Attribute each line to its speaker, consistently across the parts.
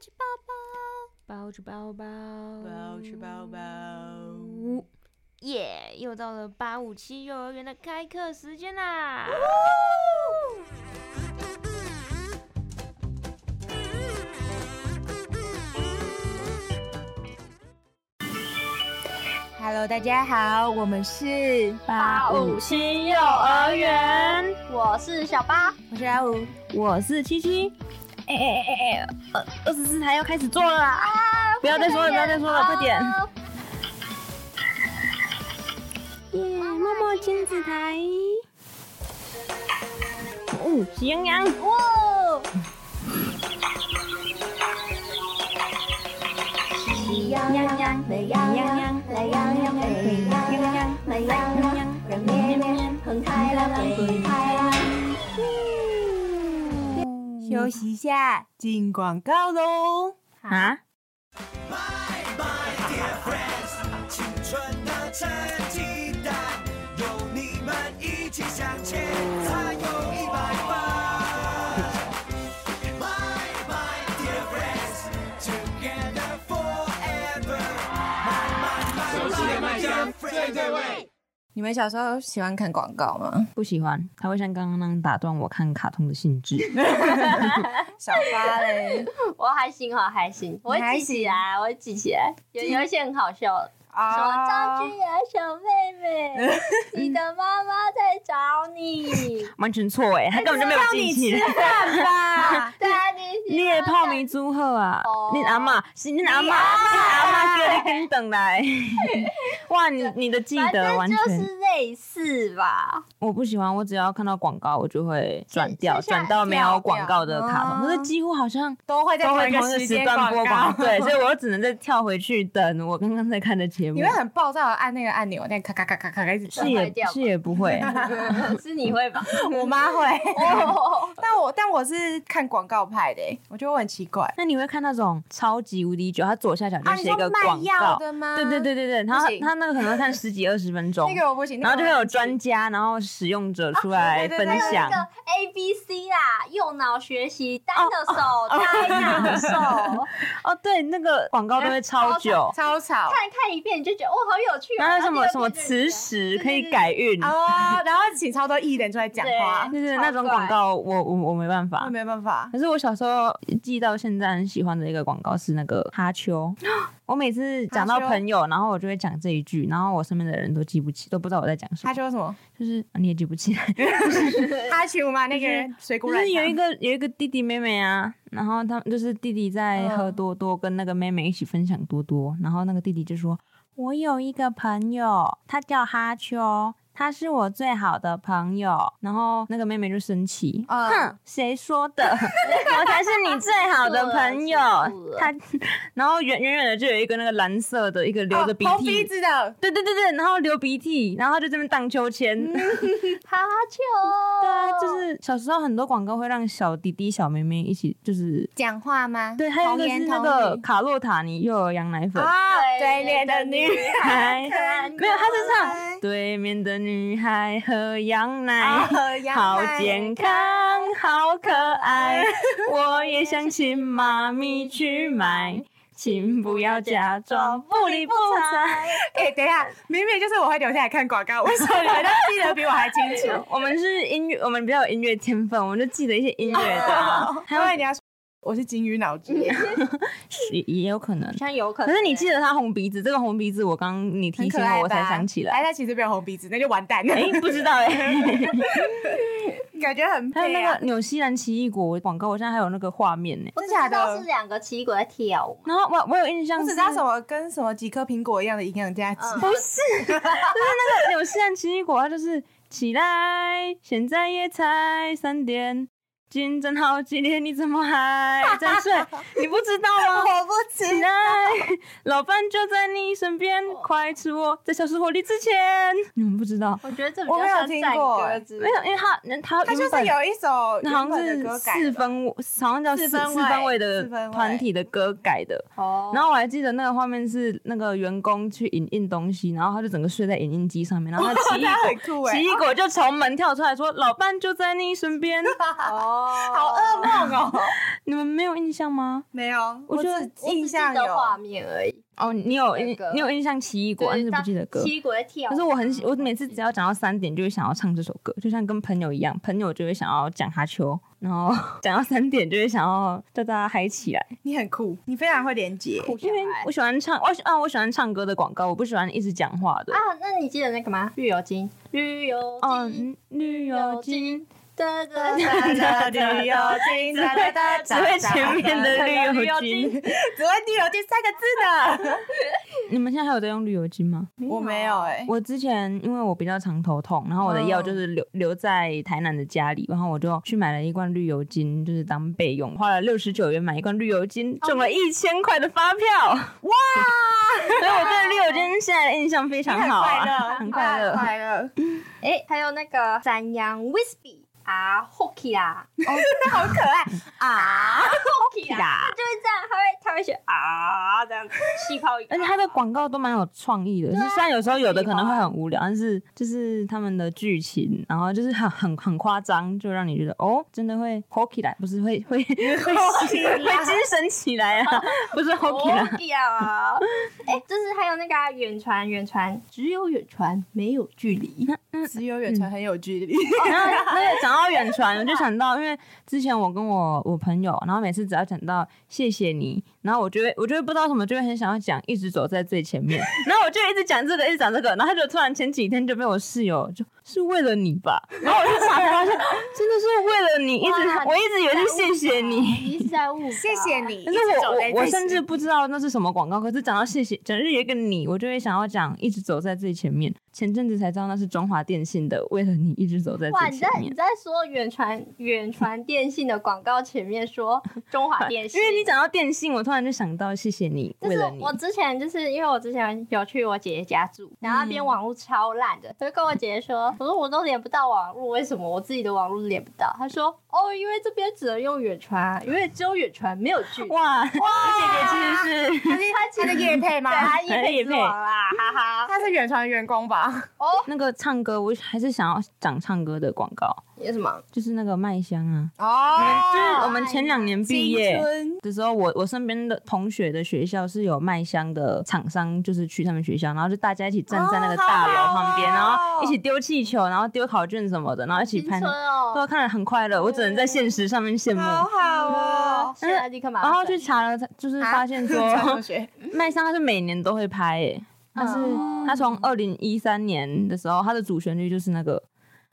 Speaker 1: 起包包，
Speaker 2: 包着包包，
Speaker 1: 包起包包。
Speaker 2: 耶又到了八五七幼儿园的开课时间啦！
Speaker 3: Hello，大家好，我们是
Speaker 2: 八五七幼儿园，
Speaker 4: 我是小八，
Speaker 3: 我是阿五，
Speaker 2: 我是七七。
Speaker 3: 哎哎哎哎，二二十四台要开始做了啦！不要再说了，不要再说了，快点！
Speaker 2: 耶，默默亲子台。哦，行啊！
Speaker 4: 哇！
Speaker 5: 喜羊羊，美羊羊，懒羊羊，美羊羊，懒羊羊，软绵绵，红太狼，灰太狼。
Speaker 3: 休息一下，
Speaker 1: 进广告喽！
Speaker 3: 啊！你们小时候喜欢看广告吗？
Speaker 2: 不喜欢，它会像刚刚那样打断我看卡通的兴致。
Speaker 3: 小八嘞，
Speaker 4: 我还行哈，还行，我会记起来，我会记起来。有有一些很好笑的，什么张君雅小妹妹，你的妈妈在找你。
Speaker 2: 完全错哎，他根本就没有记起来。
Speaker 3: 饭吧，
Speaker 4: 对啊，你
Speaker 2: 你的泡米煮好啊
Speaker 4: 哦！
Speaker 2: 你阿嬷是你阿嬷，你阿嬷叫你跟等 来。哇，你你的记
Speaker 4: 反
Speaker 2: 得
Speaker 4: 正
Speaker 2: 完
Speaker 4: 就
Speaker 2: 全，
Speaker 4: 是类似吧。
Speaker 2: 我不喜欢，我只要看到广告我就会转掉，
Speaker 4: 是是下
Speaker 2: 转到没有广告的卡
Speaker 3: 跳
Speaker 2: 通。可
Speaker 3: 掉
Speaker 2: 是几乎好像
Speaker 3: 都会在
Speaker 2: 都
Speaker 3: 同
Speaker 2: 会
Speaker 3: 一
Speaker 2: 同
Speaker 3: 个
Speaker 2: 一个时
Speaker 3: 间
Speaker 2: 段播
Speaker 3: 广
Speaker 2: 广告， 对，所以我又只能再跳回去等我刚刚在看的节目
Speaker 3: 你会。很暴躁的按那个按钮，那咔咔咔咔咔一直转
Speaker 2: 是
Speaker 4: 快
Speaker 2: 也
Speaker 4: 掉吧
Speaker 2: 是也不 会，
Speaker 4: 是你会 吧？
Speaker 3: 我妈会，
Speaker 4: 哦，
Speaker 3: 但我但我是看广告派的，我觉得我很奇怪。
Speaker 2: 那你会看那种超级无敌久，它左下角就
Speaker 3: 啊，你
Speaker 2: 写
Speaker 3: 说
Speaker 2: 一个
Speaker 3: 卖
Speaker 2: 广
Speaker 3: 药
Speaker 2: 告，
Speaker 3: 的吗？
Speaker 2: 对对对对对，然后
Speaker 3: 不行
Speaker 2: 它那个可能看十几二十分钟，
Speaker 3: 那个我不行，
Speaker 2: 然后就会
Speaker 3: 那个
Speaker 2: 有
Speaker 3: 我
Speaker 2: 专家，然后使用者
Speaker 3: 啊
Speaker 2: 出来分
Speaker 4: 还有
Speaker 2: 享
Speaker 4: 那。个 A B C 啦，右脑学习，单的手，呆 脑手。
Speaker 2: 哦，对，那个广告都会超久，
Speaker 3: 哎超啊吵。
Speaker 4: 看看一遍你就觉得哦，好有趣、哦。
Speaker 2: 然后什么
Speaker 4: 第
Speaker 2: 什么
Speaker 4: 二遍就觉
Speaker 2: 磁
Speaker 4: 得
Speaker 2: 石
Speaker 4: 对
Speaker 2: 可以改运，对
Speaker 3: 哦，然后请超多艺人出来讲话，
Speaker 2: 对对，
Speaker 4: 超
Speaker 2: 那种
Speaker 4: 怪
Speaker 2: 广告我我我没办法
Speaker 3: 我。没办法。
Speaker 2: 可是我小时候记到现在很喜欢的一个广告是那个哈秋，我每次讲到
Speaker 3: 哈秋
Speaker 2: 朋友，然后我就会讲这一句，然后我身边的人都记不起，都不知道我在讲什
Speaker 3: 他
Speaker 2: 么，
Speaker 3: 说什么？
Speaker 2: 就是啊你也记不起来。
Speaker 3: 阿秋吗？那个水果
Speaker 2: 就
Speaker 3: 软
Speaker 2: 是有啊
Speaker 3: 糖
Speaker 2: 一个有一个弟弟妹妹啊，然后他们就是弟弟在喝多多，跟那个妹妹一起分享多多，然后那个弟弟就说：“我有一个朋友，他叫哈秋，他是我最好的朋友。”然后那个妹妹就生气，
Speaker 3: 嗯
Speaker 2: 哼， 谁说的？我才是你最好的朋 友
Speaker 4: 气死了。
Speaker 2: 他，然后远远远的就有一个那个蓝色的一个流着鼻
Speaker 3: 哦红
Speaker 2: 涕，
Speaker 3: 鼻子的，
Speaker 2: 对对对对，然后流鼻涕，然后他就这边荡秋千。
Speaker 4: 哈秋，
Speaker 2: 对啊，就是小时候很多广告会让小弟弟、小妹妹一起，就是
Speaker 3: 讲话吗？
Speaker 2: 对，还有一
Speaker 3: 童
Speaker 2: 个
Speaker 3: 言
Speaker 2: 是那
Speaker 3: 童
Speaker 2: 个
Speaker 3: 语
Speaker 2: 卡洛塔尼幼儿羊奶粉，
Speaker 3: 啊，
Speaker 4: 对
Speaker 3: 对脸的女
Speaker 2: 孩
Speaker 4: 看
Speaker 2: 没有，他是唱对面的女孩喝羊奶。
Speaker 3: 孩
Speaker 2: 哎好健康，好可 爱，我也想请妈咪去买，请不要假装不理不睬。
Speaker 3: 哎，等一下，明明就是我会留下来看广告，为什么你们都记得比我还清 楚？
Speaker 2: 我们是音乐，我们比较有音乐天分，我们就记得一些音乐的啊， 还
Speaker 3: 还有
Speaker 2: 有
Speaker 3: 你要说我是金鱼脑子，
Speaker 2: 也也有可 能
Speaker 4: 好。像有可
Speaker 2: 可
Speaker 4: 能。
Speaker 2: 是你记得他红鼻子，这个红鼻子我刚 你提
Speaker 3: 很可
Speaker 2: 醒
Speaker 3: 爱
Speaker 2: 我，我才
Speaker 3: 吧
Speaker 2: 想起来。
Speaker 3: 哎，他其实没有红鼻子，那就完蛋了
Speaker 2: 哎、，不知道哎、
Speaker 3: 感觉很
Speaker 2: 还有
Speaker 3: 配啊
Speaker 2: 那个纽西兰奇异果广告，我现在还有那个画面呢、
Speaker 4: 我只
Speaker 3: 真假
Speaker 4: 知
Speaker 3: 的
Speaker 4: 道是两个奇异果在跳舞，
Speaker 2: 然后我我有印象
Speaker 3: 我只
Speaker 2: 是
Speaker 3: 知道什么跟什么几颗苹果一样的营养价值，
Speaker 4: 嗯
Speaker 2: 不是，就是那 个纽西兰奇异果，它就是起来，现在也才三点。今真好几点，你怎么还在睡？你不知道吗？
Speaker 3: 我不知
Speaker 2: 起来，老伴就在你身边，快出哦，在消失火力之前。你们不知道？
Speaker 4: 我觉得这比
Speaker 3: 我
Speaker 4: 较
Speaker 3: 没有
Speaker 4: 像
Speaker 3: 听
Speaker 4: 战
Speaker 3: 过哎
Speaker 4: 歌之
Speaker 2: 欸
Speaker 4: 类
Speaker 2: 没有，
Speaker 4: 的。
Speaker 2: 因为他他
Speaker 3: 他就
Speaker 2: 原本
Speaker 3: 是有一首
Speaker 2: 那好像
Speaker 3: 原本的歌
Speaker 2: 是
Speaker 3: 改
Speaker 2: 四
Speaker 3: 的吧
Speaker 2: 分，好像叫四
Speaker 3: 四分位
Speaker 2: 四分位的
Speaker 3: 四分位
Speaker 2: 团体的歌改的。
Speaker 4: 哦
Speaker 2: 然后我还记得那个画面是那个员工去影印东西，然后他就整个睡在影印机上面，然后他奇异
Speaker 3: 哦他
Speaker 2: 果
Speaker 3: 很酷哎
Speaker 2: 奇，异果就从门跳出来说：“老伴就在你身边。”
Speaker 4: 哦好
Speaker 3: 好噩梦哦。
Speaker 2: 你们没有印象吗？
Speaker 3: 没有，
Speaker 2: 我觉得
Speaker 3: 只印象
Speaker 4: 的画
Speaker 3: 有。
Speaker 4: 面而已。
Speaker 2: 哦，你有
Speaker 4: 那
Speaker 2: 印
Speaker 4: 个
Speaker 2: 你有印象奇异果，但是不记得歌。
Speaker 4: 七国在跳，啊
Speaker 2: 可是我很喜，我每次只要讲到三点，就会想要唱这首歌，就像跟朋友一样，朋友就会想要讲哈秋，然 后讲到三点就会想要叫大家嗨起来，
Speaker 3: 你很酷，你非常会连接。
Speaker 4: 酷小
Speaker 2: 因为
Speaker 4: 孩
Speaker 2: 我喜欢唱，我喜啊我喜欢唱歌的广告，我不喜欢一直讲话的。
Speaker 4: 啊，那你记得那个吗？绿油精，绿油精，
Speaker 2: 嗯，旅游精
Speaker 4: 精，哒 哒
Speaker 3: 只
Speaker 4: 哒哒哒哒。
Speaker 2: 只会前 面的旅游精。
Speaker 3: 精，只会旅游精三个 字呢。
Speaker 2: 你们现在还有在用旅游精吗？
Speaker 3: 我没有哎，
Speaker 2: 我之前因为我比较常头痛，然后我的药就是留、留在台南的家里，然后我就去买了一罐绿油精，就是当备用，花了六十九元买一罐绿油精，中了一千块的发票， 哇！所以我对绿油精现在的印象非常好啊， 很快乐。
Speaker 3: 快乐。
Speaker 4: 哎，还有那个山羊 Wispy 啊 h o k i 啦
Speaker 3: 好可爱啊！
Speaker 4: h o k i 啦，它就是这样，它会它会写啊这样子，气泡音。
Speaker 2: 而且它的广告都蛮有创意的，虽然有时候有的可能会很无聊，但是就是他们的剧情，然后就是很很很夸张，就让你觉得哦，真的会 h o k 起来，不是会 会会起会精神起来啊，不是 h o k 起来，
Speaker 4: 哦啊！ 哎，就是还有那个啊远传，远传只有远传没有距离。
Speaker 3: 只有远程很有距离。
Speaker 2: 然后那个讲到远传，我就想到，因为之前我跟我我朋友，然后每次只要讲到谢谢你，然后我就会我就会不知道什么，就会很想要讲一直走在最前面，然后我就一直讲这个，一直讲这个，然后他就突然前几天就被我室友就是为了你吧，然后我就查才发现真的是为了你，一直
Speaker 4: 哇
Speaker 2: 我一直以为是谢谢你。
Speaker 4: 你是在 误
Speaker 3: 谢谢你，
Speaker 2: 但是我我我甚至不知道那是什么广告，可是讲到谢谢，整日有一个你，我就会想要讲一直走在最前面。前阵子才知道那是中华电信的，为了你一直走在
Speaker 4: 啊哇！
Speaker 2: 最
Speaker 4: 你
Speaker 2: 前
Speaker 4: 在
Speaker 2: 面
Speaker 4: 你。在说远传远传电信的广告前面说中华电信，
Speaker 2: 因为你讲到电信，我突然就想到谢谢你，
Speaker 4: 就
Speaker 2: 为
Speaker 4: 是
Speaker 2: 了你
Speaker 4: 我。之前就是因为我之前有去我姐姐家住，然后那边网络超烂的，我就跟我姐姐说，我说我都连不到网络，为什么我自己的网络连不到？她说哦，因为这边只能用远传，因为只有远传没有距离。
Speaker 2: 哇，姐姐 其实是
Speaker 3: 他的夜配 吗
Speaker 4: 对，她一
Speaker 2: 还
Speaker 4: 配
Speaker 2: 夜
Speaker 4: 之
Speaker 2: 配
Speaker 4: 王啦，哈哈。
Speaker 3: 他是远传员工吧？
Speaker 4: 哦，
Speaker 2: 那个唱歌，我还是想要讲唱歌的广告，
Speaker 4: 有什么？
Speaker 2: 就是那个麦香啊，
Speaker 3: 哦，
Speaker 2: 就是我们前两年毕业
Speaker 3: 青春
Speaker 2: 的时候，我我身边的同学的学校是有麦香的厂商，就是去他们学校，然后就大家一起站在那个大楼旁边，
Speaker 3: 哦
Speaker 2: 然
Speaker 3: 好好哦
Speaker 2: 后一起丢气球，然后丢考卷什么的，然后一起
Speaker 4: 青
Speaker 2: 拍
Speaker 4: 春
Speaker 2: 那，
Speaker 4: 哦，
Speaker 2: 都看得很快乐。我只能在现实上面羡
Speaker 3: 好
Speaker 2: 慕，
Speaker 3: 好哦。
Speaker 4: 现在立刻马上
Speaker 2: 然后去查了，
Speaker 3: 嗯
Speaker 2: 就是发 现说。
Speaker 3: 传同学，
Speaker 2: 麦香它是每年都会拍、诶，它是它从二零一三年的时候，它的主旋律就是那个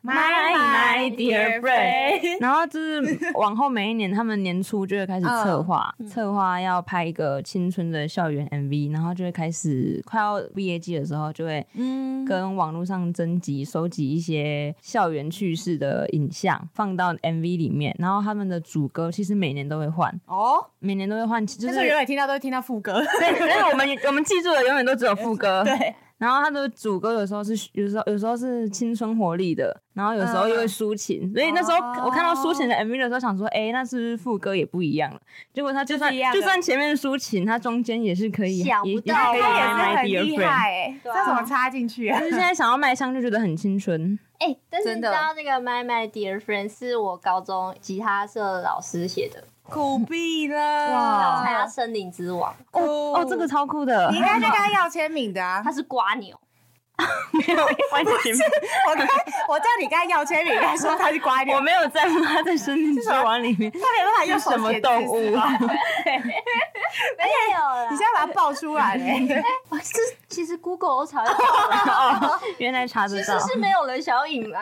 Speaker 3: My dear friend
Speaker 2: 然后就是往后每一年，他们年初就会开始策划，策划要拍一个青春的校园 MV，然后就会开始快要毕业季的时候，就会
Speaker 3: 嗯，
Speaker 2: 跟网络上征集、收集一些校园趣事的影像，放到 MV 里面。然后他们的主歌其实每年都会换，
Speaker 3: 哦，
Speaker 2: 每年都会换，就
Speaker 3: 就是是永远听到都会听到副歌，
Speaker 2: 对，但是我们我们记住的永远都只有副歌。
Speaker 3: 对，
Speaker 2: 然后他的主歌有时候是有时候有时候是青春活力的，然后有时候又会抒情，所以那时
Speaker 3: 哦
Speaker 2: 候我看到抒情的 MV 的时候，想说，哎，那是不是副歌也不一样了？结果他就算
Speaker 3: 就是一样的
Speaker 2: 就算前面抒情，他中间也是可以，
Speaker 4: 想不
Speaker 2: 也
Speaker 4: 到
Speaker 2: 也
Speaker 3: 他
Speaker 2: 可以
Speaker 3: 也是很厉。害哎，
Speaker 4: 对
Speaker 3: 这
Speaker 4: 啊
Speaker 3: 怎么插进去啊
Speaker 2: 就？是现在想要卖唱就觉得很青春，
Speaker 4: 哎、但是你
Speaker 3: 真
Speaker 4: 知
Speaker 3: 的
Speaker 4: 道那个《My My Dear Friend》是我高中吉他社老师写的，
Speaker 3: 酷毙
Speaker 2: 哇
Speaker 4: 哦
Speaker 3: 了
Speaker 4: 参加《森林之王》，
Speaker 3: 哦
Speaker 2: 哦，这个超酷 的
Speaker 3: 你，应该就跟他要签名的啊
Speaker 4: 他！是瓜牛，
Speaker 2: 没有完全
Speaker 3: 我 跟我叫你跟他要签名，他说他是乖 牛
Speaker 2: 我，没有在乎他在《森林之王》里面
Speaker 3: 他没办法用
Speaker 2: 是
Speaker 3: 手
Speaker 2: 什么
Speaker 3: 写字
Speaker 2: 动物，
Speaker 4: 没有啦
Speaker 3: 啊 你现。在把它爆出来欸 嘞！
Speaker 4: 哇这哎其实 Google 都查得 到啦，
Speaker 2: 原来查得
Speaker 4: 其
Speaker 2: 到
Speaker 4: 实。是没有人想要隐 瞒。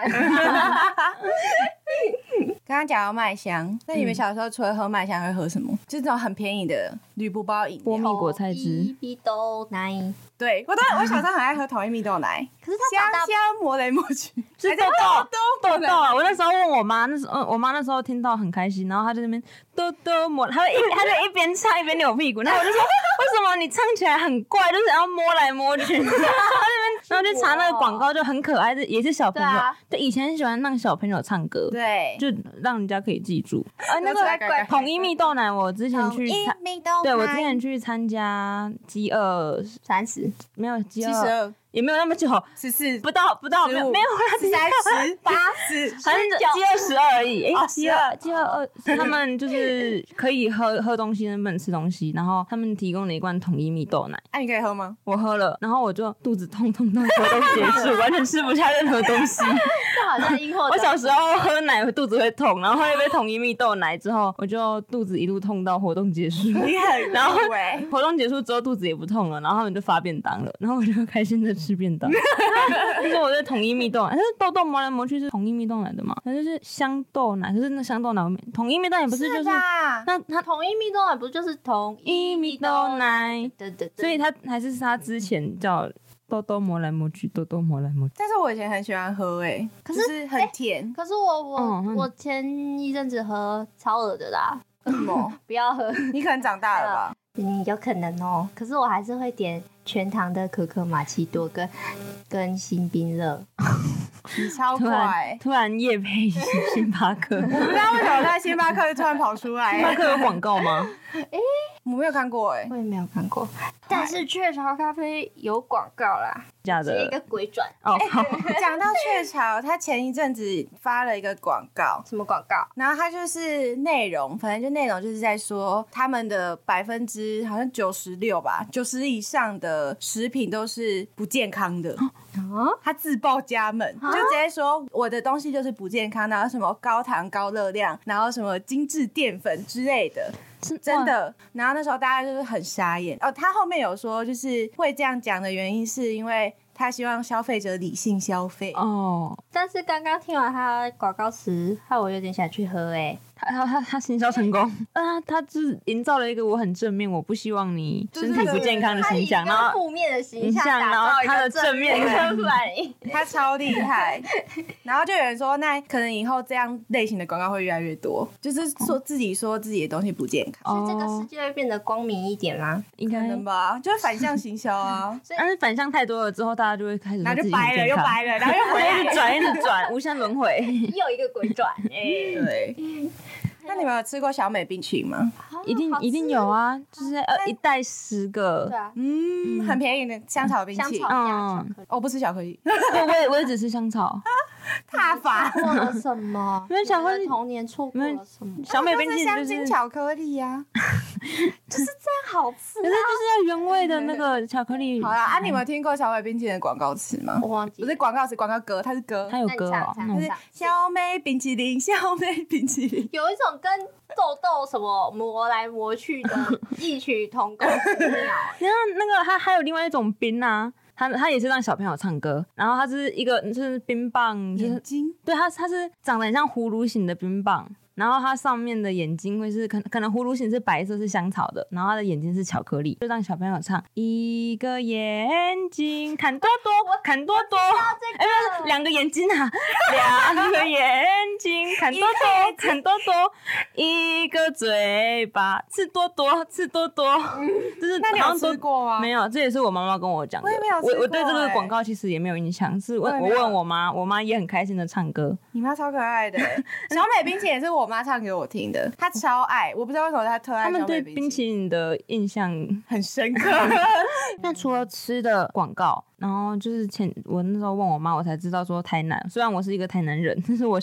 Speaker 3: 刚刚讲到麦香，那你们小时候除了喝麦香，会喝什么？就是那种很便宜的铝箔包饮
Speaker 2: 波
Speaker 3: 料。
Speaker 2: 蜜
Speaker 4: 哦
Speaker 2: 果菜汁，
Speaker 4: 比都难。
Speaker 3: 对，我都我小时候很爱喝桃一蜜豆奶，
Speaker 4: 可是他
Speaker 3: 香
Speaker 4: 长大
Speaker 3: 香磨来磨去，
Speaker 2: 是
Speaker 3: 还
Speaker 2: 豆豆
Speaker 3: 豆
Speaker 2: 豆豆 啊！我那时候问我妈，那时候呃我妈那时候听到很开心，然后她在那边豆豆摸，她就一她就一边唱一边扭屁股，然后 我就说为什么你唱起来很怪，就是要摸来摸 去，然后她那边然后就查那个广告就很可爱，这也是小朋友
Speaker 4: 对啊，
Speaker 2: 对以前很喜欢让小朋友唱歌，
Speaker 3: 对，哦
Speaker 2: 就让人家可以记住。啊，那
Speaker 3: 我知道
Speaker 2: 个统一蜜豆奶，我之前去参，
Speaker 3: 蜜豆
Speaker 2: 对我之前去参加饥饿
Speaker 4: 三十，
Speaker 2: 没有饥
Speaker 3: 七
Speaker 2: 饿
Speaker 3: 十二
Speaker 2: 也没有那么久，
Speaker 3: 十四、
Speaker 2: 不到不到，没有
Speaker 3: 15
Speaker 2: 没有啦，
Speaker 3: 十三、十 八、十
Speaker 2: 好像是
Speaker 4: 19
Speaker 2: 饥饿十二而已，哎，
Speaker 3: 哦
Speaker 2: 饥饿饥饿二，他 们就是可以喝喝东西，能不能吃东西？然后他们提供了一罐统一蜜豆奶，
Speaker 3: 那、你可以喝吗？
Speaker 2: 我喝了，然后我就肚子痛痛痛，活动 结束，完全吃不下任何东西。
Speaker 4: 这好像因祸
Speaker 2: 我
Speaker 4: 得福。
Speaker 2: 小时候喝奶肚子会痛，然后喝一杯统一蜜豆奶之后，我就肚子一路痛到活动结束。
Speaker 3: 你很
Speaker 2: 然后
Speaker 3: 酷欸
Speaker 2: 活动结束之后肚子也不痛了，然后他们就发便当了，然后我就开心的吃便当。这是我的统一蜜豆奶，但是豆豆磨来磨去是统一蜜豆奶的嘛，反正就是香豆奶，可是那香豆奶外面统一蜜豆奶不是就是
Speaker 3: 吧
Speaker 2: 那它
Speaker 4: 同一蜜豆奶不就是同
Speaker 2: 一蜜豆？奶，
Speaker 4: 对对对，
Speaker 2: 所以它还是它之前叫豆豆磨来磨去，豆豆磨来磨去。
Speaker 3: 但是我以前很喜欢喝诶、可
Speaker 4: 是
Speaker 3: 就是很甜，
Speaker 4: 可是我我、
Speaker 2: 嗯嗯
Speaker 4: 我前一阵子喝超恶的啦，
Speaker 3: 什么？
Speaker 4: 不要喝，
Speaker 3: 你可能长大了吧？
Speaker 4: 嗯，有可能哦。可是我还是会点全糖的可可玛奇朵跟跟新冰乐，
Speaker 3: 你超
Speaker 2: 突
Speaker 3: 快
Speaker 2: 然
Speaker 3: 欸、
Speaker 2: 突然夜配星星巴克，
Speaker 3: 我不知道为什么在星巴克突然跑出来
Speaker 2: 星巴
Speaker 3: 欸、
Speaker 2: 克有广告吗？
Speaker 3: 我没有看过哎诶、
Speaker 4: 我也没有看过。但是雀巢咖啡有广告啦，
Speaker 2: 假
Speaker 4: 是一
Speaker 2: 的
Speaker 4: 个鬼转，
Speaker 2: 哦，好
Speaker 3: 讲到雀巢，它前一阵子发了一个广告，
Speaker 4: 什么广告？
Speaker 3: 然后它就是内容，反正就内容就是在说他们的百分之好像九十六吧，九十以上的食品都是不健康的。
Speaker 4: 哦
Speaker 3: 他自报家门，就直接说我的东西就是不健康，然后什么高糖高热量，然后什么精致淀粉之类的，
Speaker 2: 是
Speaker 3: 真的。然后那时候大家就是很傻眼。哦，他后面有说，就是会这样讲的原因，是因为他希望消费者理性消费。
Speaker 2: 哦。
Speaker 4: 但是刚刚听完他广告词，害我有点想去喝哎、
Speaker 2: 他他他他行销成 功，啊，他就是营造了一个我很正面，我不希望你
Speaker 3: 对对
Speaker 2: 身体不健康的形象，然
Speaker 4: 他以一个
Speaker 2: 后
Speaker 4: 负面的形
Speaker 2: 形
Speaker 4: 象
Speaker 2: 象然后
Speaker 4: 打造一
Speaker 2: 他的
Speaker 4: 个
Speaker 2: 正面
Speaker 4: 的出 来。
Speaker 3: 他超厉害。然后就有人说，那可能以后这样类型的广告会越来越多，就是说自己说自己的东西不健康，
Speaker 4: 所以这个世
Speaker 2: 哦，
Speaker 4: 界会变得光明一点吗？
Speaker 2: 应
Speaker 3: 可
Speaker 2: 该，
Speaker 3: 能吧，就是反向行销啊。
Speaker 2: 但是反向太多了之后，大家就会开始
Speaker 3: 然
Speaker 2: 说嗯自
Speaker 3: 后就
Speaker 2: 己很
Speaker 3: 掰了，
Speaker 2: 健
Speaker 3: 又
Speaker 2: 康，
Speaker 3: 掰了，然后又回来
Speaker 2: 一直转一直转，无限轮回。
Speaker 4: 又一个鬼转哎、
Speaker 3: 对。
Speaker 2: 嗯
Speaker 3: 那你们有吃过小美冰淇淋吗？
Speaker 2: 一定一定有啊，就是呃一袋十个
Speaker 4: 对，啊，
Speaker 3: 嗯，很便宜的香草冰
Speaker 4: 香
Speaker 3: 淇淋
Speaker 4: 草。加巧
Speaker 2: 嗯
Speaker 4: 克力。
Speaker 3: 我不吃巧克力，
Speaker 2: 我我也我也只吃香草，
Speaker 3: 踏伐。
Speaker 4: 过了什么？
Speaker 2: 没有巧克力
Speaker 4: 你的童年错过了什么？
Speaker 2: 小美冰淇
Speaker 3: 是
Speaker 2: 淋
Speaker 3: 香
Speaker 2: 就是
Speaker 3: 精巧克力啊呀。
Speaker 4: 好吃
Speaker 2: 可是就是要原味的那个巧克力。
Speaker 3: 好啦，啊，你
Speaker 2: 嗯
Speaker 3: 们有听过小美冰淇淋的广告词吗
Speaker 4: 我？忘记
Speaker 3: 不
Speaker 4: 了。
Speaker 3: 是广告词，广告歌，它是歌
Speaker 2: 它，有
Speaker 4: 那你
Speaker 2: 歌哦
Speaker 4: 尝，
Speaker 2: 嗯
Speaker 3: 它
Speaker 4: 尝
Speaker 3: 是
Speaker 4: 尝，
Speaker 3: 小美冰淇淋，小美冰淇淋。
Speaker 4: 有一种跟豆豆什么磨来磨去的 异曲同工 之妙。
Speaker 2: 然后那个它还有另外一种冰啊，它它也是让小朋友唱歌，然后它是一个就是冰棒，就是
Speaker 3: 眼睛
Speaker 2: 对它它是长得很像葫芦形的冰棒，然后它上面的眼睛会是可可能葫芦形是白色是香草的，然后它的眼睛是巧克力，就让小朋友唱一个眼睛砍多多砍多多， 哎不是两个眼睛啊，两个眼睛砍多多砍多多，一个嘴巴吃多多吃多多，就是
Speaker 3: 那你
Speaker 2: 好
Speaker 3: 有
Speaker 2: 像多
Speaker 3: 吃过吗？
Speaker 2: 没有，这也是我妈妈跟我讲的。
Speaker 3: 啊我也没有吃
Speaker 2: 我我对
Speaker 3: 过
Speaker 2: 这个
Speaker 3: 欸
Speaker 2: 广告其实也没有印象，是问
Speaker 3: 我
Speaker 2: 我
Speaker 3: 也没有
Speaker 2: 问我妈，我妈也很开心的唱歌。
Speaker 3: 你妈超可 爱的欸。小美冰淇淋也是我妈唱给我听的，她超爱，我不知道为什么她特爱
Speaker 2: 他们
Speaker 3: 小
Speaker 2: 对
Speaker 3: 美
Speaker 2: 冰
Speaker 3: 冰
Speaker 2: 淇淋哦的印 象，
Speaker 3: 很 深刻。
Speaker 2: 那除了吃的广告，然后就是前我那时候问我妈，我才知道说台南，虽然我是一个台南人，但是我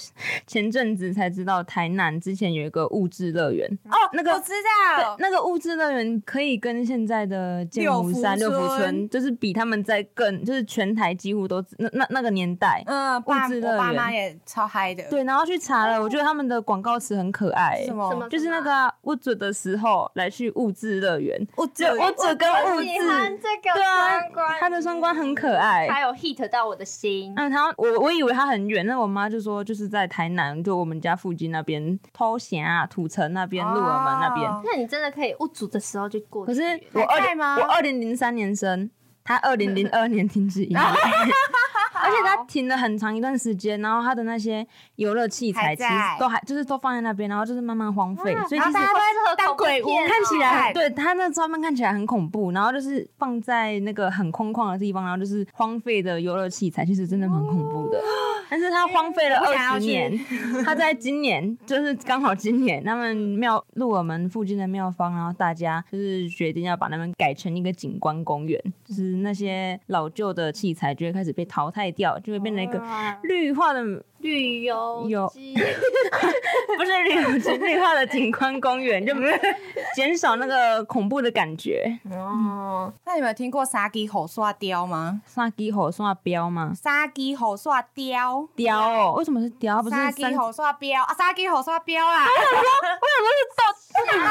Speaker 2: 前阵子才知道台南之前有一个物质乐园，
Speaker 3: 哦，那个我知道
Speaker 2: 对，那个物质乐园可以跟现在的建
Speaker 3: 哦六
Speaker 2: 湖
Speaker 3: 福
Speaker 2: 山、六
Speaker 3: 村
Speaker 2: 福村，就是比他们在更，就是全台几乎都那那那个年代，
Speaker 3: 嗯，爸
Speaker 2: 物质乐
Speaker 3: 我爸妈
Speaker 2: 园
Speaker 3: 也超嗨的。，
Speaker 2: 对，然后去查了，我觉得他们的广告词很可爱、
Speaker 3: 什
Speaker 2: 欸。
Speaker 3: 么？
Speaker 4: 什么
Speaker 2: 就是那个啊物质的时候来去物质乐园，
Speaker 3: 我只
Speaker 2: 对物质跟物
Speaker 4: 喜欢
Speaker 2: 质，
Speaker 4: 这个
Speaker 2: 对啊
Speaker 4: 双关，
Speaker 2: 它的双关很可爱。
Speaker 4: 还有 hit 到我的心。
Speaker 2: 嗯，然后我我以为它很远，那我妈就说就是在台南，就我们家附近那边头衔啊、土城那边、鹿耳门那边。
Speaker 3: 哦
Speaker 4: 那你真的可以物主的时候就过去
Speaker 2: 可
Speaker 4: 了。
Speaker 2: 是我二
Speaker 3: 在吗
Speaker 2: 我二零零三年生，他二零零二年停止营业，而且它停了很长一段时间，然后它的那些游乐器材
Speaker 3: 还
Speaker 2: 其实
Speaker 3: 在啊
Speaker 2: 都还就是都放在那边，然后就是慢慢荒废，所以
Speaker 3: 然
Speaker 2: 其实
Speaker 3: 后大家都在当
Speaker 4: 恐怖
Speaker 3: 鬼屋
Speaker 4: 片哦
Speaker 3: 看起来，
Speaker 2: 对它那照片看起来很恐怖，然后就是放在那个很空旷的地方，然后就是荒废的游乐器材，其实真的蛮恐怖的。 但是它荒废了
Speaker 3: 哦我想要
Speaker 2: 二十
Speaker 3: 去
Speaker 2: 年，它在今年就是刚好今年，他们庙鹿耳门附近的庙方，然后大家就是决定要把那边改成一个景观公园，就是那些老旧的器材就会开始被淘汰掉，就会变成一个
Speaker 3: 哦
Speaker 2: 绿化的
Speaker 4: 旅游
Speaker 2: 有
Speaker 4: 机
Speaker 2: 不是绿绿化 的景观公园，就 减少那个恐怖的感觉。
Speaker 4: 哦，
Speaker 3: 那你们有听过沙鸡吼刷雕吗？
Speaker 2: 算鸡吼算标吗？
Speaker 3: 沙鸡吼刷雕，
Speaker 2: 雕哦，为什么是雕？它不是
Speaker 3: 沙
Speaker 2: 三
Speaker 3: 啊鸡吼刷标啊，沙鸡吼刷标啊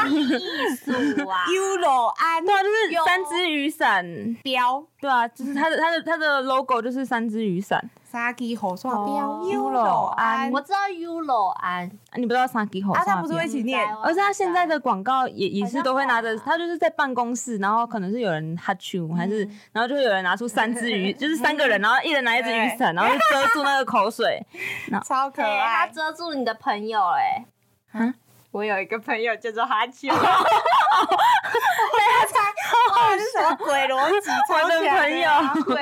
Speaker 4: 艺术啊
Speaker 3: ，Euro 安
Speaker 2: 对啊，就是三只雨伞。
Speaker 3: 标，
Speaker 2: 对啊，就是它的
Speaker 3: 嗯
Speaker 2: 它的它的 logo 就是三只雨伞。
Speaker 3: 沙鸡吼刷标
Speaker 4: 哦
Speaker 3: Euro 安，
Speaker 4: 我知道 Ulo 安，
Speaker 2: 啊你不知道三鸡吼
Speaker 3: 啊，
Speaker 2: 算
Speaker 3: 他
Speaker 2: 标
Speaker 3: 不是会一起
Speaker 4: 应
Speaker 3: 念
Speaker 4: 该哦
Speaker 2: 而是他现在的广告也也是都会拿着，
Speaker 3: 啊
Speaker 4: 好像
Speaker 2: 他就是在办公室，然后可能是有人哈啾，
Speaker 3: 嗯
Speaker 2: 还是然后就会有人拿出三只雨，就是三个人，然后一人拿一只雨 伞，然后就遮住那个口水，
Speaker 3: 超可
Speaker 2: 哎
Speaker 4: 对，他
Speaker 3: 爱，
Speaker 4: 遮住你的朋友哎、
Speaker 2: 啊
Speaker 4: 我有一个朋友叫做 哈秋，
Speaker 3: 哇哦这是什么鬼 逻
Speaker 2: 我
Speaker 3: 辑？
Speaker 2: 的
Speaker 3: 超强
Speaker 2: 朋
Speaker 3: 啊
Speaker 2: 友。
Speaker 4: 回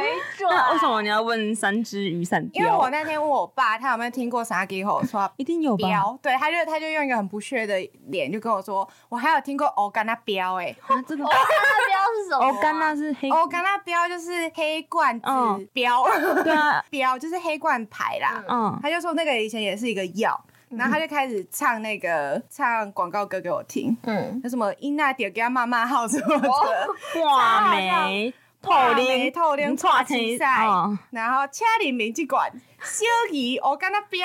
Speaker 2: 那为什
Speaker 4: 转。
Speaker 2: 么你要问三只雨伞
Speaker 3: 因为我
Speaker 2: 标？
Speaker 3: 那天问我爸，他有没有听过沙鸡吼刷
Speaker 2: 一定有吧？
Speaker 3: 标，对，他就他就用一个很不屑的脸就跟我说，我还有听过欧甘那标、欸，
Speaker 2: 啊，这个
Speaker 4: 我看他标是什么、啊？
Speaker 2: 哦，干那是黑
Speaker 3: 哎，，欧甘那标就是黑罐
Speaker 2: 嗯
Speaker 3: 子 标，
Speaker 2: 对啊，
Speaker 3: 标就是黑罐牌啦。
Speaker 2: 嗯，
Speaker 3: 他就说那个以前也是一个药，然后他就开始唱那个唱广告歌给我听，
Speaker 4: 嗯，
Speaker 3: 那什么因那点给他骂骂号什么的，
Speaker 2: 画眉哦透
Speaker 3: 画眉
Speaker 2: 灵
Speaker 3: 透灵
Speaker 2: 叉
Speaker 3: 串起赛
Speaker 2: 嗯
Speaker 3: 然后车里面即管小姨欧甘那标，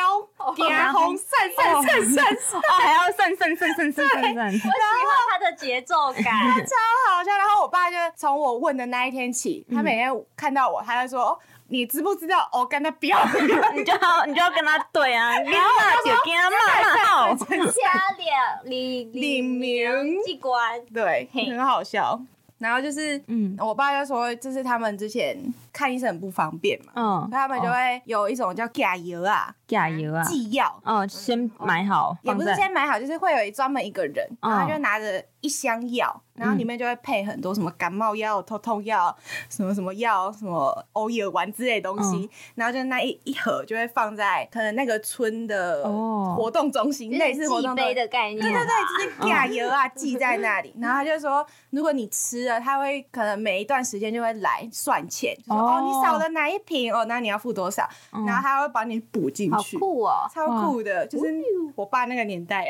Speaker 3: 惊红闪闪闪闪闪，
Speaker 2: 哦，还要散散散散散散散
Speaker 4: 我，喜欢他的节奏感，
Speaker 3: 超好笑。然后我爸就从我问的那一天起，他每天看到我，他就说。哦你知不知道欧甘那标？
Speaker 2: 你就要你就要跟他对啊，你那就跟他骂
Speaker 4: 嗯
Speaker 2: 骂号。
Speaker 4: 加脸李
Speaker 3: 李明
Speaker 4: 机关，
Speaker 3: 对，
Speaker 4: 嘿
Speaker 3: 很好笑。然后就是，
Speaker 2: 嗯
Speaker 3: 我爸就说，就是他们之前看医生很不方便嘛，
Speaker 2: 嗯，
Speaker 3: 他们就会有一种叫假油啊，
Speaker 2: 加油啊！
Speaker 3: 寄药，
Speaker 2: 哦，先买好，
Speaker 3: 也
Speaker 2: 放
Speaker 3: 不是
Speaker 2: 在
Speaker 3: 先买好，就是会有一专门一个人，
Speaker 2: 嗯
Speaker 3: 然后他就拿着一箱药，然后里面就会配很多什么感冒药、头痛药、什么什么药、什么欧药丸之类的东
Speaker 2: 嗯
Speaker 3: 西，然后就那一一盒就会放在可能那个村的
Speaker 2: 哦嗯
Speaker 3: 活动中心，类似活
Speaker 4: 祭
Speaker 3: 动
Speaker 4: 杯
Speaker 3: 中
Speaker 4: 的概念，
Speaker 3: 对对对，就是假油啊，寄在那里。然后他就说，如果你吃了，他会可能每一段时间就会来算钱，就说
Speaker 2: 哦
Speaker 3: 哦你少了哪一瓶哦，那你要付多少，
Speaker 2: 嗯
Speaker 3: 然后他会帮你补进
Speaker 4: 好
Speaker 3: 去，
Speaker 4: 酷哦！
Speaker 3: 超酷的，就是我爸那个年代。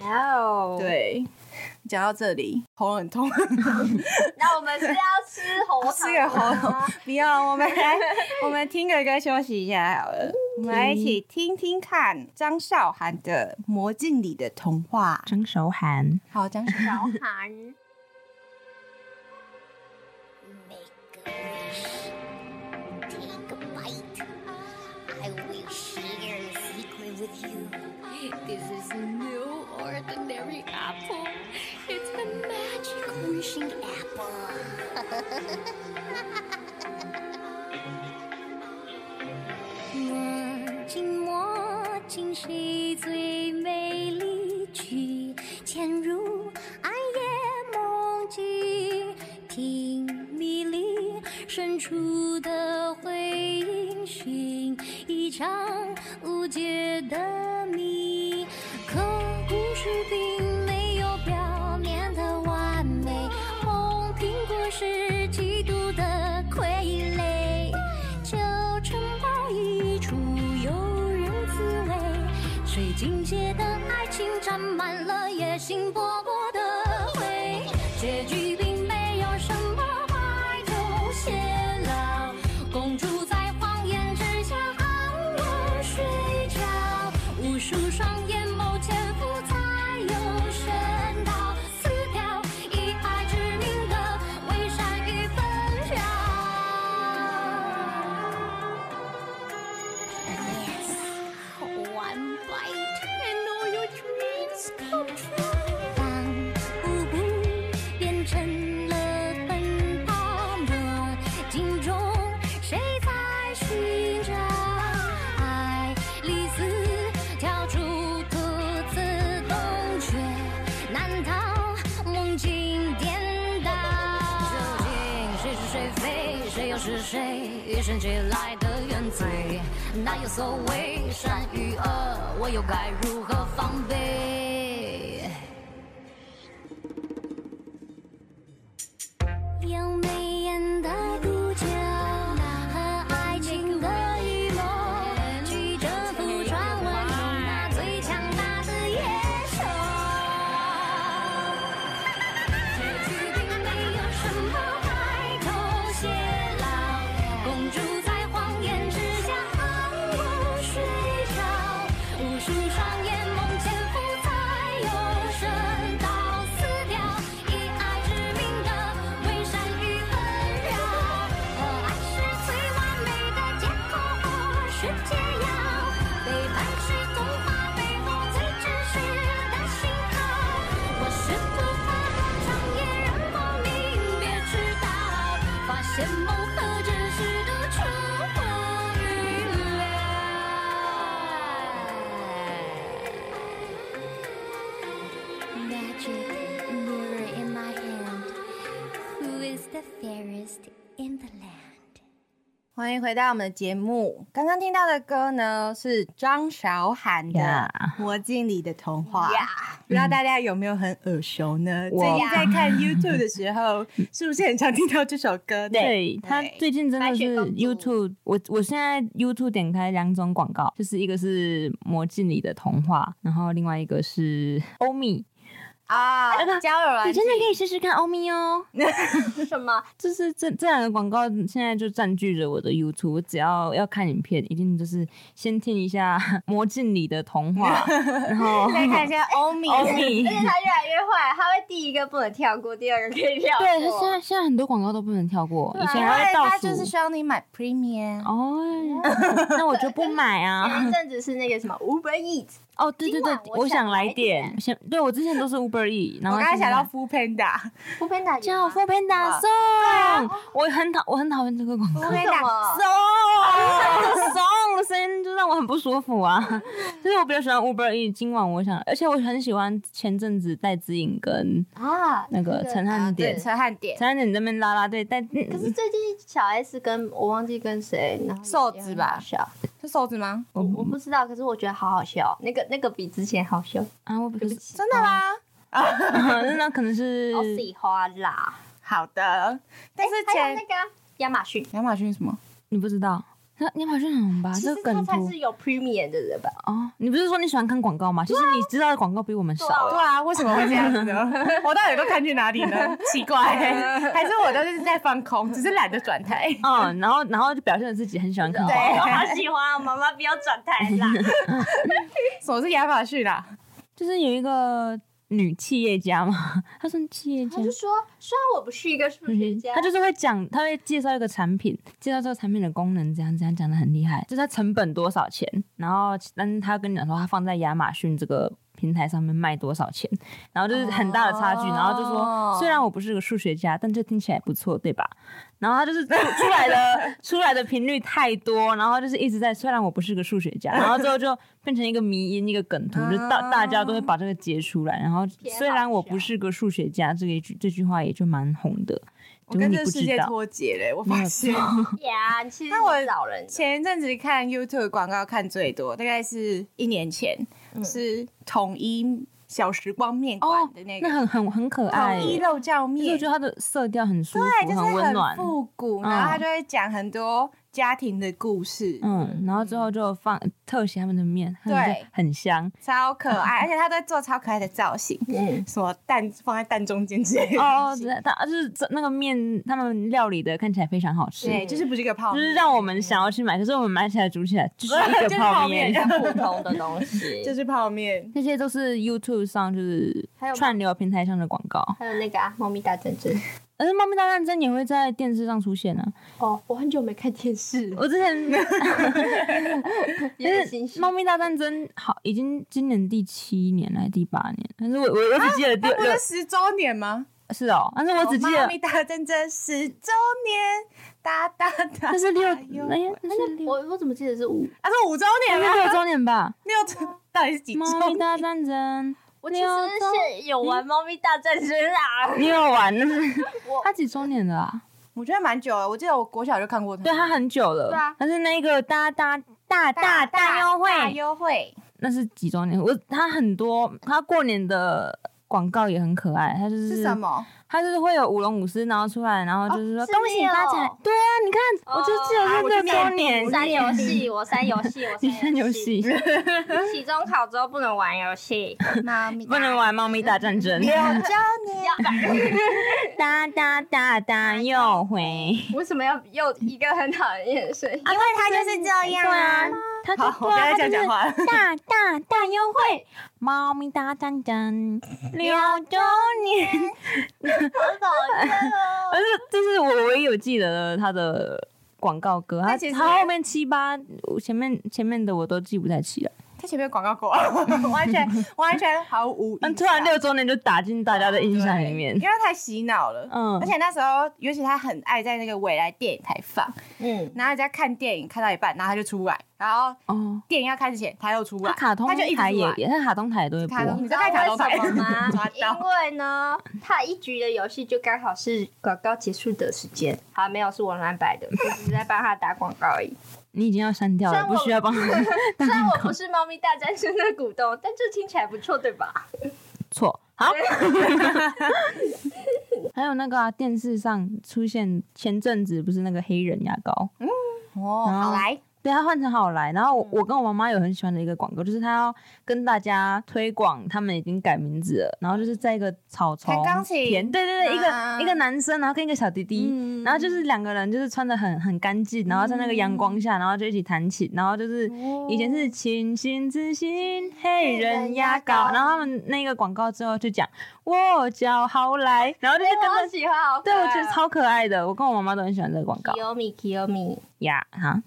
Speaker 4: 哦，，
Speaker 3: 对，讲到这里喉咙很痛，
Speaker 4: 那我们是要吃红糖，
Speaker 3: 吃个喉咙。 不用，我们来，我们听个歌休息一下好了。我们来一起听听看张韶涵的《魔镜里的童话》。
Speaker 2: 张韶涵，
Speaker 3: 好，张韶涵。
Speaker 4: 小 寒。
Speaker 6: Make a wish, take a bite. I will share a secret with you. This is no ordinary apple. It's a magic wishing apple. 墨镜，墨镜，谁最美丽？去潜入暗夜梦境，听迷离深处的回音，寻一场无解的谜。可故事并没有表面的完美，红苹果是嫉妒的傀儡。九成泡一出诱人滋味，水晶界的爱情沾满了野心勃勃的灰，结局并没有什么坏头偕老，公主在谎言之下安稳睡着，无数双眼眸潜伏才有深道，撕掉以爱之名的伪善与纷扰。Yes, one bite and all your dreams come true. 当舞步变成了奔跑，墨镜中谁在寻又是谁？与生俱来的原罪，哪有所谓善与恶？我又该如何防备？有眉眼的独角和爱情的预谋，去征服传闻中那最强大的野兽。结局并没有什么白头偕老，公主在谎言之下安稳睡着，无数双眼梦潜伏才有声道，死掉以爱之名的伪善与纷扰，可爱是最完美的借口或是解药，背叛是童话背后最真实的信号。我试图发长夜，让梦明别知道，发现梦和真实的出乎预料。Magic mirror in my hand, who is the fairest in the land?
Speaker 3: 欢迎回到我们的节目。刚刚听到的歌呢是张韶涵的《魔镜里的童话》不知道大家有没有很耳熟呢？
Speaker 2: 我
Speaker 3: 最近在看 YouTube 的时候，是不是很常听到这首歌呢？
Speaker 2: 对他最近真的
Speaker 4: 白雪
Speaker 2: 是
Speaker 4: 公主
Speaker 2: YouTube，我我现在 YouTube 点开两种广告，就是一个是《魔镜里的童话》，然后另外一个是欧米，
Speaker 3: 啊，交友
Speaker 2: 你
Speaker 3: 软件
Speaker 2: 真的可以试试看欧米哦。
Speaker 4: 什么？
Speaker 2: 就是这这两个广告现在就占据着我的 YouTube，我只要要看影片，一定就是先听一下《魔镜里的童话》， 然后
Speaker 3: 再看一下欧米，
Speaker 2: 欧米
Speaker 4: 而。且他越来越坏，他会第一个不能跳过，第二个可以跳过。
Speaker 2: 对，他现在现在很多广告都不能跳过，以
Speaker 3: 啊因
Speaker 2: 前还
Speaker 3: 为
Speaker 2: 会倒
Speaker 3: 他
Speaker 2: 数。
Speaker 3: 就是需要你买 Premium。
Speaker 2: 哦，那我就不买啊。
Speaker 4: 前一阵子是那个什么 Uber Eats，
Speaker 2: 哦，对对对
Speaker 4: 今晚，我
Speaker 2: 我
Speaker 4: 想
Speaker 2: 想来
Speaker 4: 来
Speaker 2: 点，想对我之前都是 Uber E，然
Speaker 3: 我
Speaker 2: 后
Speaker 3: 刚才想到
Speaker 2: 现
Speaker 3: Food Panda，
Speaker 4: 不被打
Speaker 2: 在叫 f o o p a n d
Speaker 3: 哇
Speaker 2: a 送，
Speaker 3: 啊
Speaker 2: 我很讨我很讨厌这个广告，
Speaker 4: 为什么？
Speaker 2: 送送声音就让我很不舒服啊。就是我比较喜欢 Uber E，今晚我想，而且我很喜欢前阵子戴姿颖跟
Speaker 4: 啊，
Speaker 2: 那个陈汉典，陈
Speaker 3: 陈汉典，
Speaker 2: 汉典那边拉拉队，戴
Speaker 4: 可是最近小 S 跟我忘记跟谁，然后
Speaker 3: 瘦子吧
Speaker 4: 也很好笑，
Speaker 3: 是瘦子吗？
Speaker 4: 我我不知道，可是我觉得好好笑，那个那个比之前好笑，
Speaker 2: 啊，我可是
Speaker 3: 真的吗？
Speaker 2: 那可能是
Speaker 4: 好喜欢啦。
Speaker 3: 好的，但是
Speaker 4: 还有
Speaker 3: 前
Speaker 4: 那个啊亚马逊，
Speaker 3: 亚马逊什么？
Speaker 2: 你不知道。那你好像很红吧？
Speaker 4: 其
Speaker 2: 这
Speaker 4: 实
Speaker 2: 个
Speaker 4: 他
Speaker 2: 梗
Speaker 4: 才
Speaker 2: 图
Speaker 4: 是有 premium 的人吧？
Speaker 2: 哦，你不是说你喜欢看广告吗？其实你知道的广告比我们少欸。
Speaker 3: 对啊，为什么会这样子呢？ 我到底都看去哪里呢？ 奇怪，还是我都是在放空，只是懒得转台。
Speaker 2: 嗯，然后然后就表现的自己很喜欢看
Speaker 4: 我
Speaker 2: 广告，
Speaker 4: 哦好喜欢，妈妈不要转台啦。
Speaker 3: 什么是亚马逊啊啦？
Speaker 2: 就是有一个女企业家嘛，她算企业家
Speaker 4: 他。就说，虽然我不是一个数学 家，
Speaker 2: 她嗯就是会讲，她会介绍一个产品，介绍这个产品的功能，怎样怎样讲的很厉害，就是它成本多少钱，然后但是她跟你讲说，她放在亚马逊这个平台上面卖多少钱，然后就是很大的差距，然后就说虽然我不是个数学家，但这听起来不错，对吧？然后他就是出出来 的出来的频率太多，然后就是一直在。虽然我不是个数学家，然后之后就变成一个迷因，一个梗图，就大大家都会把这个截出来。然后
Speaker 4: 啊偏好
Speaker 2: 虽然我
Speaker 4: 笑
Speaker 2: 不是个数学家，这一句这句话也就蛮红的。
Speaker 3: 我
Speaker 2: 结果
Speaker 3: 跟
Speaker 2: 你
Speaker 3: 这个
Speaker 2: 不
Speaker 3: 世
Speaker 2: 知
Speaker 3: 界
Speaker 2: 道，
Speaker 3: 脱节嘞，我发现。
Speaker 4: 呀，啊你其实
Speaker 3: 那我
Speaker 4: 是老人的，
Speaker 3: 前一阵子看 YouTube 广告看最多，大概是一年前，
Speaker 2: 嗯
Speaker 3: 是统一小时光面馆的那个、
Speaker 2: 哦那很很很可爱
Speaker 3: 统一
Speaker 2: 耶。
Speaker 3: 肉酱
Speaker 2: 就是
Speaker 3: 面，
Speaker 2: 我觉得它的色调很舒
Speaker 3: 对，
Speaker 2: 服，
Speaker 3: 就是
Speaker 2: 温暖。
Speaker 3: 复古，
Speaker 2: 嗯
Speaker 3: 然后他就会讲很多家庭的故事，
Speaker 2: 嗯，然后之后就放特写他们的面，他们就
Speaker 3: 对
Speaker 2: 很 香。
Speaker 3: 超可
Speaker 2: 嗯
Speaker 3: 爱，而且他都会做超可爱的造型，
Speaker 4: 嗯，
Speaker 3: 什么蛋放在蛋中间之类的，
Speaker 2: 哦，对它就是这那个面，他们料理的看起来非常好吃。
Speaker 3: 对，就是不是一个泡
Speaker 2: 就
Speaker 3: 面，
Speaker 2: 是让我们想要去买，可是我们买起来煮起来 就是
Speaker 3: 就
Speaker 2: 一个
Speaker 3: 是泡
Speaker 2: 泡
Speaker 3: 面
Speaker 2: 面。
Speaker 4: 普通的东西，
Speaker 3: 就是泡面。
Speaker 2: 这些都是 YouTube 上就是
Speaker 4: 还有吗
Speaker 2: 串流平台上的广告，
Speaker 4: 还有那个啊，猫咪大战争。
Speaker 2: 而《猫咪大战争》也会在电视上出现啊。
Speaker 4: 哦，我很久没看电视 了，
Speaker 2: 我之前
Speaker 4: 有点心
Speaker 2: 《
Speaker 4: 虚
Speaker 2: 猫。咪大战争》好，已经今年第七年来第八年，但是我我我只记得第
Speaker 3: 哎那不
Speaker 2: 六
Speaker 3: 是十周年吗？
Speaker 2: 是哦，但是我只记
Speaker 3: 妈
Speaker 2: 得
Speaker 3: 咪大战争十周年，哒哒哒
Speaker 2: 那。是六，哎
Speaker 3: 呦
Speaker 2: 呀，那是六，
Speaker 4: 我我怎么记得是五？
Speaker 3: 他是五周
Speaker 2: 那
Speaker 3: 年
Speaker 2: 是
Speaker 3: 啊，
Speaker 2: 六周年吧，
Speaker 3: 六周到底是几
Speaker 2: 《
Speaker 3: 周
Speaker 2: 猫咪
Speaker 3: 年？
Speaker 2: 大战争》。
Speaker 4: 我其实是有玩猫咪大战争啊，
Speaker 2: 你有玩？
Speaker 4: 我
Speaker 2: 它几周年了啊？
Speaker 3: 我觉得蛮久了，我记得我国小就看过他。
Speaker 2: 对他很久了，
Speaker 4: 对啊
Speaker 2: 但是那个大大大大大优
Speaker 4: 大
Speaker 2: 惠，
Speaker 4: 优惠，
Speaker 2: 那是几周年？我他很多，他过年的广告也很可爱，他就是
Speaker 3: 什？么？
Speaker 2: 他就是会有舞龙舞狮，然后出来，然后就是说、
Speaker 4: 哦是
Speaker 2: 恭喜发财
Speaker 4: 哦。
Speaker 2: 对啊，你看，
Speaker 4: 哦
Speaker 2: 我就记得
Speaker 3: 我
Speaker 2: 这
Speaker 3: 去
Speaker 2: 个
Speaker 3: 面
Speaker 2: 周年
Speaker 4: 我删游戏，我删游戏， 我
Speaker 2: 你看游戏，
Speaker 4: 期中考之后不能玩游 戏，
Speaker 3: 妈咪，
Speaker 2: 不能玩猫咪大战 争。
Speaker 3: 教你
Speaker 4: 要反人。
Speaker 2: 哒哒哒哒又回。
Speaker 4: 为什么要又一个很讨厌的声音？
Speaker 3: 因为他就是这
Speaker 2: 对
Speaker 3: 样
Speaker 2: 啊，他就
Speaker 3: 好，我
Speaker 2: 对
Speaker 3: 不
Speaker 2: 啊他
Speaker 3: 要再
Speaker 2: 就是
Speaker 3: 讲讲话了。
Speaker 2: 大大大优惠，猫咪大战争六周 年，
Speaker 3: 哦
Speaker 2: 而是这是我唯一有记得他的广告歌，他
Speaker 3: 但其实
Speaker 2: 他后面七八前面前面的我都记不太起来，
Speaker 3: 他前面广告过， 完全完全毫无 印象。
Speaker 2: 但嗯突然六周年就打进大家的印象里面
Speaker 3: 因，为太洗脑了。
Speaker 2: 嗯
Speaker 3: 而且那时候，尤其他很爱在那个未来电影台放，
Speaker 4: 嗯，
Speaker 3: 然后人家看电影看到一半，然后他就出来，然后
Speaker 2: 哦，
Speaker 3: 电影要开始前他又出来，
Speaker 2: 他卡通
Speaker 3: 他就一直
Speaker 2: 台
Speaker 3: 出
Speaker 2: 也
Speaker 3: 来，
Speaker 2: 也，他卡通台也都会播
Speaker 3: 卡，通你
Speaker 4: 你
Speaker 3: 知道看卡通台
Speaker 4: 什么吗
Speaker 3: 抓？
Speaker 4: 因
Speaker 3: 到
Speaker 4: 为呢，他一局的游戏就刚好是广告结束的时间。好，没有是我乱摆的，我只是在帮他打广告而 已。
Speaker 2: 你已经要删掉了，
Speaker 4: 虽然
Speaker 2: 不
Speaker 4: 我
Speaker 2: 需要帮。
Speaker 4: 虽然我不是猫咪大战争的股东，但这听起来不错，对吧？
Speaker 2: 错。好， 还有那个啊、电视上出现前阵子不是那个黑人牙膏，
Speaker 3: 哦，
Speaker 2: 然后
Speaker 3: 好 来，
Speaker 2: 对，它换成好来。然后我我跟我妈妈有很喜欢的一个广告，就是她要跟大家推广，他们已经改名字了，然后就是在一个草丛
Speaker 3: 弹钢琴
Speaker 2: 田对对对，一个、
Speaker 3: 啊
Speaker 2: 一个男生，然后跟一个小弟弟，然后就是两个人就是穿的很很干净，然后在那个阳光下，然后就一起弹琴，然后就是以前是清新自信黑人牙膏，然后他们那个广告之后就讲我叫好来，然后
Speaker 3: 啊
Speaker 2: 就是跟
Speaker 4: 哎我
Speaker 2: 着。
Speaker 4: 喜欢，好可
Speaker 2: 对，
Speaker 4: 爱
Speaker 2: 我觉得超可爱的，我跟我妈妈都很喜欢这个广告
Speaker 4: Kiyomi Kiyomi
Speaker 2: 呀哈。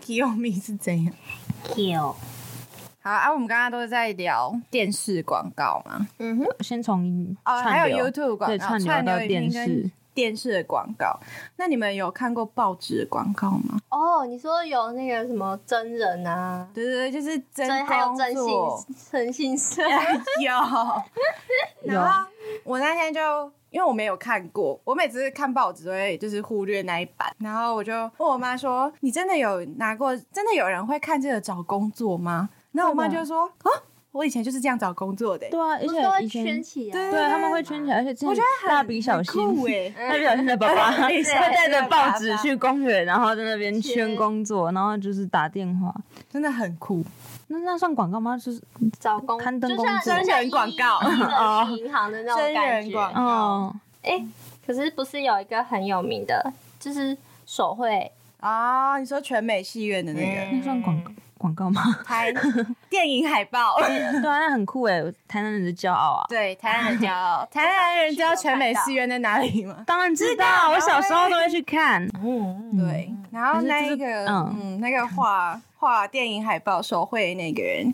Speaker 3: Kiyomi 是怎样？
Speaker 4: Kill，
Speaker 3: 好啊，我们刚刚都是在聊电视广告嘛，
Speaker 4: 嗯哼，
Speaker 2: 先从
Speaker 3: 哦，
Speaker 2: 串
Speaker 3: 还有
Speaker 2: 流
Speaker 3: YouTube 广告，
Speaker 2: 对串流到
Speaker 3: 影
Speaker 2: 电
Speaker 3: 音跟
Speaker 2: 视，
Speaker 3: 电视的广告。那你们有看过报纸的广告吗？
Speaker 4: 哦，你说有那个什么真人啊，
Speaker 3: 对对对，就是真
Speaker 4: 真还有真
Speaker 3: 工作哎
Speaker 4: 性诚 信社，
Speaker 3: 有。
Speaker 2: 有
Speaker 3: 然后我那天就因为我没有看过，我每次看报纸都会就是忽略那一版，然后我就问我妈说：“你真的有拿过？真的有人会看这个找工作吗？”然后我妈
Speaker 2: 真的
Speaker 3: 就说：“啊，我以前就是这样找工作的、
Speaker 2: 对啊，而
Speaker 4: 不是都
Speaker 2: 且
Speaker 4: 会
Speaker 2: 以
Speaker 4: 圈
Speaker 2: 前
Speaker 4: 起啊来，
Speaker 3: 对
Speaker 2: 对他们会圈起来，而且之前
Speaker 3: 我觉得很
Speaker 2: 蜡笔小新
Speaker 3: 很，酷 哎、
Speaker 2: 蜡笔小新的爸爸 会带着报纸去公园，然后在那边
Speaker 4: 圈
Speaker 2: 圈工作，然后就是打电话。
Speaker 3: 真的很酷。
Speaker 2: 那那算广告吗？就是
Speaker 4: 找工
Speaker 2: 刊登
Speaker 4: 就像
Speaker 2: 工作
Speaker 4: 就像
Speaker 3: 真人广告哦
Speaker 4: 一 一一银行的那种感
Speaker 3: 真
Speaker 4: 觉
Speaker 3: 人。广告
Speaker 2: 哦，
Speaker 4: 哎，可是不是有一个很有名的，就是手绘
Speaker 3: 啊、你说全美戏院的那个
Speaker 2: 那算
Speaker 3: 嗯
Speaker 2: 广告广告吗？
Speaker 3: 拍 电影海报，
Speaker 2: 对啊，那很酷哎，台南人的骄傲啊！
Speaker 3: 对，台南人骄傲， 台南人知道全美戏院在哪里吗？
Speaker 2: 当然知道，我小时候都会去看。
Speaker 3: 嗯
Speaker 2: 嗯
Speaker 3: 对，然后
Speaker 2: 可是
Speaker 3: 那
Speaker 2: 这
Speaker 3: 一
Speaker 2: 是
Speaker 3: 个，
Speaker 2: 嗯
Speaker 3: 嗯，那个画画电影海报手绘那个人，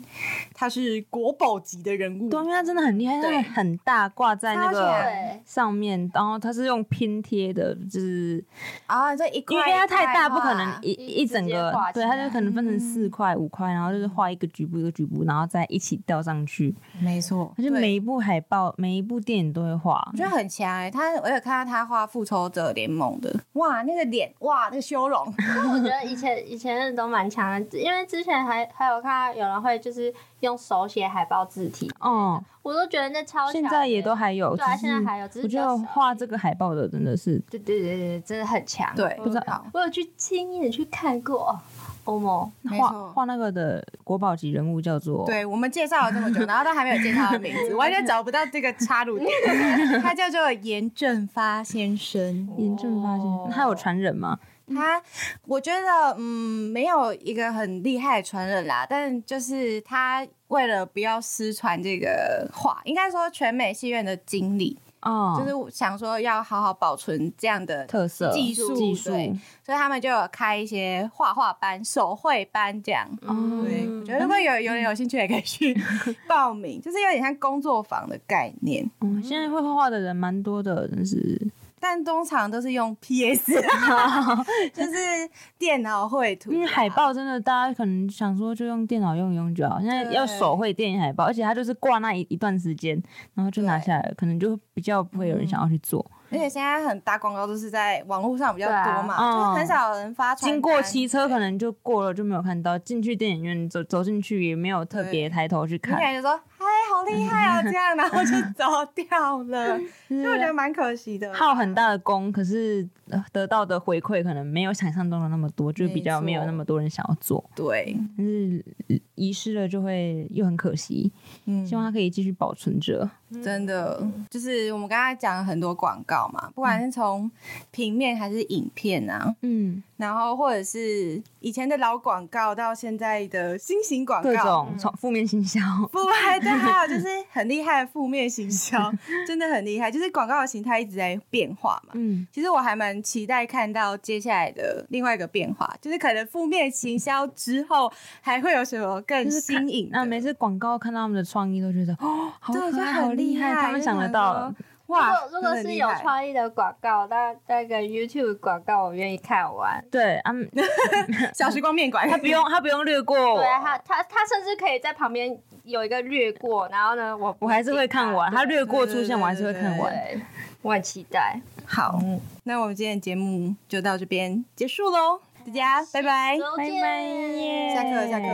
Speaker 3: 他是国宝级的人物，
Speaker 2: 对，因为它真的很厉害，
Speaker 3: 对欸
Speaker 2: 它很大，挂在那
Speaker 3: 超
Speaker 2: 个
Speaker 3: 强
Speaker 4: 对
Speaker 2: 上面，然后它是用拼贴的，就是
Speaker 3: 啊，这一
Speaker 2: 因
Speaker 3: 块
Speaker 2: 为它太大，
Speaker 3: 一块画
Speaker 2: 不可能一
Speaker 4: 一
Speaker 2: 一整个
Speaker 4: 直接画，起
Speaker 2: 对，
Speaker 4: 来嗯
Speaker 2: 它就可能分成四块、五块，然后就是画一个局部一个局部，然后再一起吊上去。
Speaker 3: 没错，
Speaker 2: 而且
Speaker 3: 对
Speaker 2: 每一部海报、每一部电影都会画
Speaker 3: 我，觉得很强哎、他我有看到他画《复仇者联盟》的，哇，那个脸，哇，那个修容，
Speaker 4: 我觉得以前以前的都蛮强的，因为之前还还有看到有人会就是用手写海报字体，
Speaker 2: 哦、
Speaker 4: 我都觉得那超强的。
Speaker 2: 现在也都还有，
Speaker 4: 对啊
Speaker 2: 只是
Speaker 4: 现在还有只是
Speaker 2: 我
Speaker 4: 比
Speaker 2: 觉
Speaker 4: 较
Speaker 2: 得
Speaker 4: 少
Speaker 2: 画这个海报的真的是
Speaker 4: 对对对对，真的很强。
Speaker 3: 对，
Speaker 4: 我
Speaker 3: 不知
Speaker 4: 有
Speaker 3: 道，
Speaker 4: 我有去亲眼去看过哦欧盟，
Speaker 3: 没
Speaker 2: 画
Speaker 3: 错
Speaker 2: 画那个的国宝级人物叫做，
Speaker 3: 对我们介绍了这 么久，然后都还没有介绍他的名字，完全找不到这个插入 点，他叫做严正发先生。
Speaker 2: 严正发
Speaker 4: 哦
Speaker 2: 现他有传人吗？
Speaker 3: 他，我觉得，嗯，没有一个很厉害的传人啦，但就是他为了不要失传这个画，应该说全美戏院的经理，
Speaker 2: 哦，
Speaker 3: 就是想说要好好保存这样的
Speaker 2: 特色
Speaker 3: 技术
Speaker 2: 技术，哦
Speaker 3: 对所以他们就有开一些画画班、手绘班这样。
Speaker 2: 哦
Speaker 3: 对，
Speaker 4: 嗯
Speaker 3: 我觉得如果
Speaker 2: 嗯
Speaker 3: 有有人有兴趣，也可 以去报名，就是有点像工作坊的概念。
Speaker 2: 嗯，现在会画画的人蛮多的，真是。
Speaker 3: 但通常都是用 PS，就是电脑绘图啊，
Speaker 2: 因为海报真的，大家可能想说就用电脑用一用就好，现在要手绘电影海报，而且它就是挂那一一段时间，然后就拿下来了，可能就比较不会有
Speaker 3: 嗯
Speaker 2: 人想要去做。
Speaker 3: 而且现在很打广告都是在网络上比较
Speaker 4: 对啊
Speaker 3: 多嘛，
Speaker 2: 嗯
Speaker 3: 就是很少人发传单。
Speaker 2: 经过骑车可
Speaker 3: 对
Speaker 2: 能就过了，就没有看到。进去电影院走走进去也没有特别抬头去
Speaker 3: 你
Speaker 2: 看，
Speaker 3: 感觉说，嗨，好厉害哦，这样，然后 就走掉了，所以我觉得蛮可惜的。
Speaker 2: 耗很大的功，可是呃得到的回馈可能没有想象中的那么多，就比较没有那么多人想要做，
Speaker 3: 对，
Speaker 2: 但是呃遗失了就会又很可惜。
Speaker 3: 嗯
Speaker 2: 希望它可以继续保存着。
Speaker 3: 真的，就是我们刚才讲了很多广告嘛，不管是从平面还是影片啊，
Speaker 2: 嗯，
Speaker 3: 然后或者是以前的老广告到现在的新型广
Speaker 2: 各
Speaker 3: 告，嗯
Speaker 2: 种从负面行 销，
Speaker 3: 不，还对，还 有就是很厉害的负面行销，真的很厉害，就是广告的形态一直在变化嘛。
Speaker 2: 嗯，
Speaker 3: 其实我还蛮期待看到接下来的另外一个变化，就是可能负面行销之后还会有什么更
Speaker 2: 就是看
Speaker 3: 新颖的
Speaker 2: 那每次广告看到他们的创意，都觉得哦，好
Speaker 3: 对，
Speaker 2: 可
Speaker 3: 就
Speaker 2: 爱，好
Speaker 3: 很
Speaker 2: 厉害，他们
Speaker 3: 就
Speaker 2: 想得到
Speaker 3: 说。哇
Speaker 4: 如果，如果
Speaker 3: 真的
Speaker 4: 是
Speaker 3: 厉
Speaker 4: 有
Speaker 3: 害
Speaker 4: 创意的广告，那那个 YouTube 广告我愿意看完。
Speaker 2: 对，啊，嗯
Speaker 3: 小时光面馆，
Speaker 2: 他不用，他不用略过我
Speaker 4: 对，啊，他他他甚至可以在旁边有一个略过，然后呢，我
Speaker 2: 我还是会看完。他
Speaker 4: 他
Speaker 2: 略过出
Speaker 3: 对对
Speaker 2: 现，我还是会
Speaker 3: 对
Speaker 2: 看
Speaker 3: 对
Speaker 2: 完。
Speaker 4: 对，我很期待。
Speaker 3: 好，那我们今天的节目就到这边结束喽，大家拜拜，
Speaker 4: 周
Speaker 2: 哎拜
Speaker 4: 见
Speaker 2: 拜耶，
Speaker 3: 下课下课。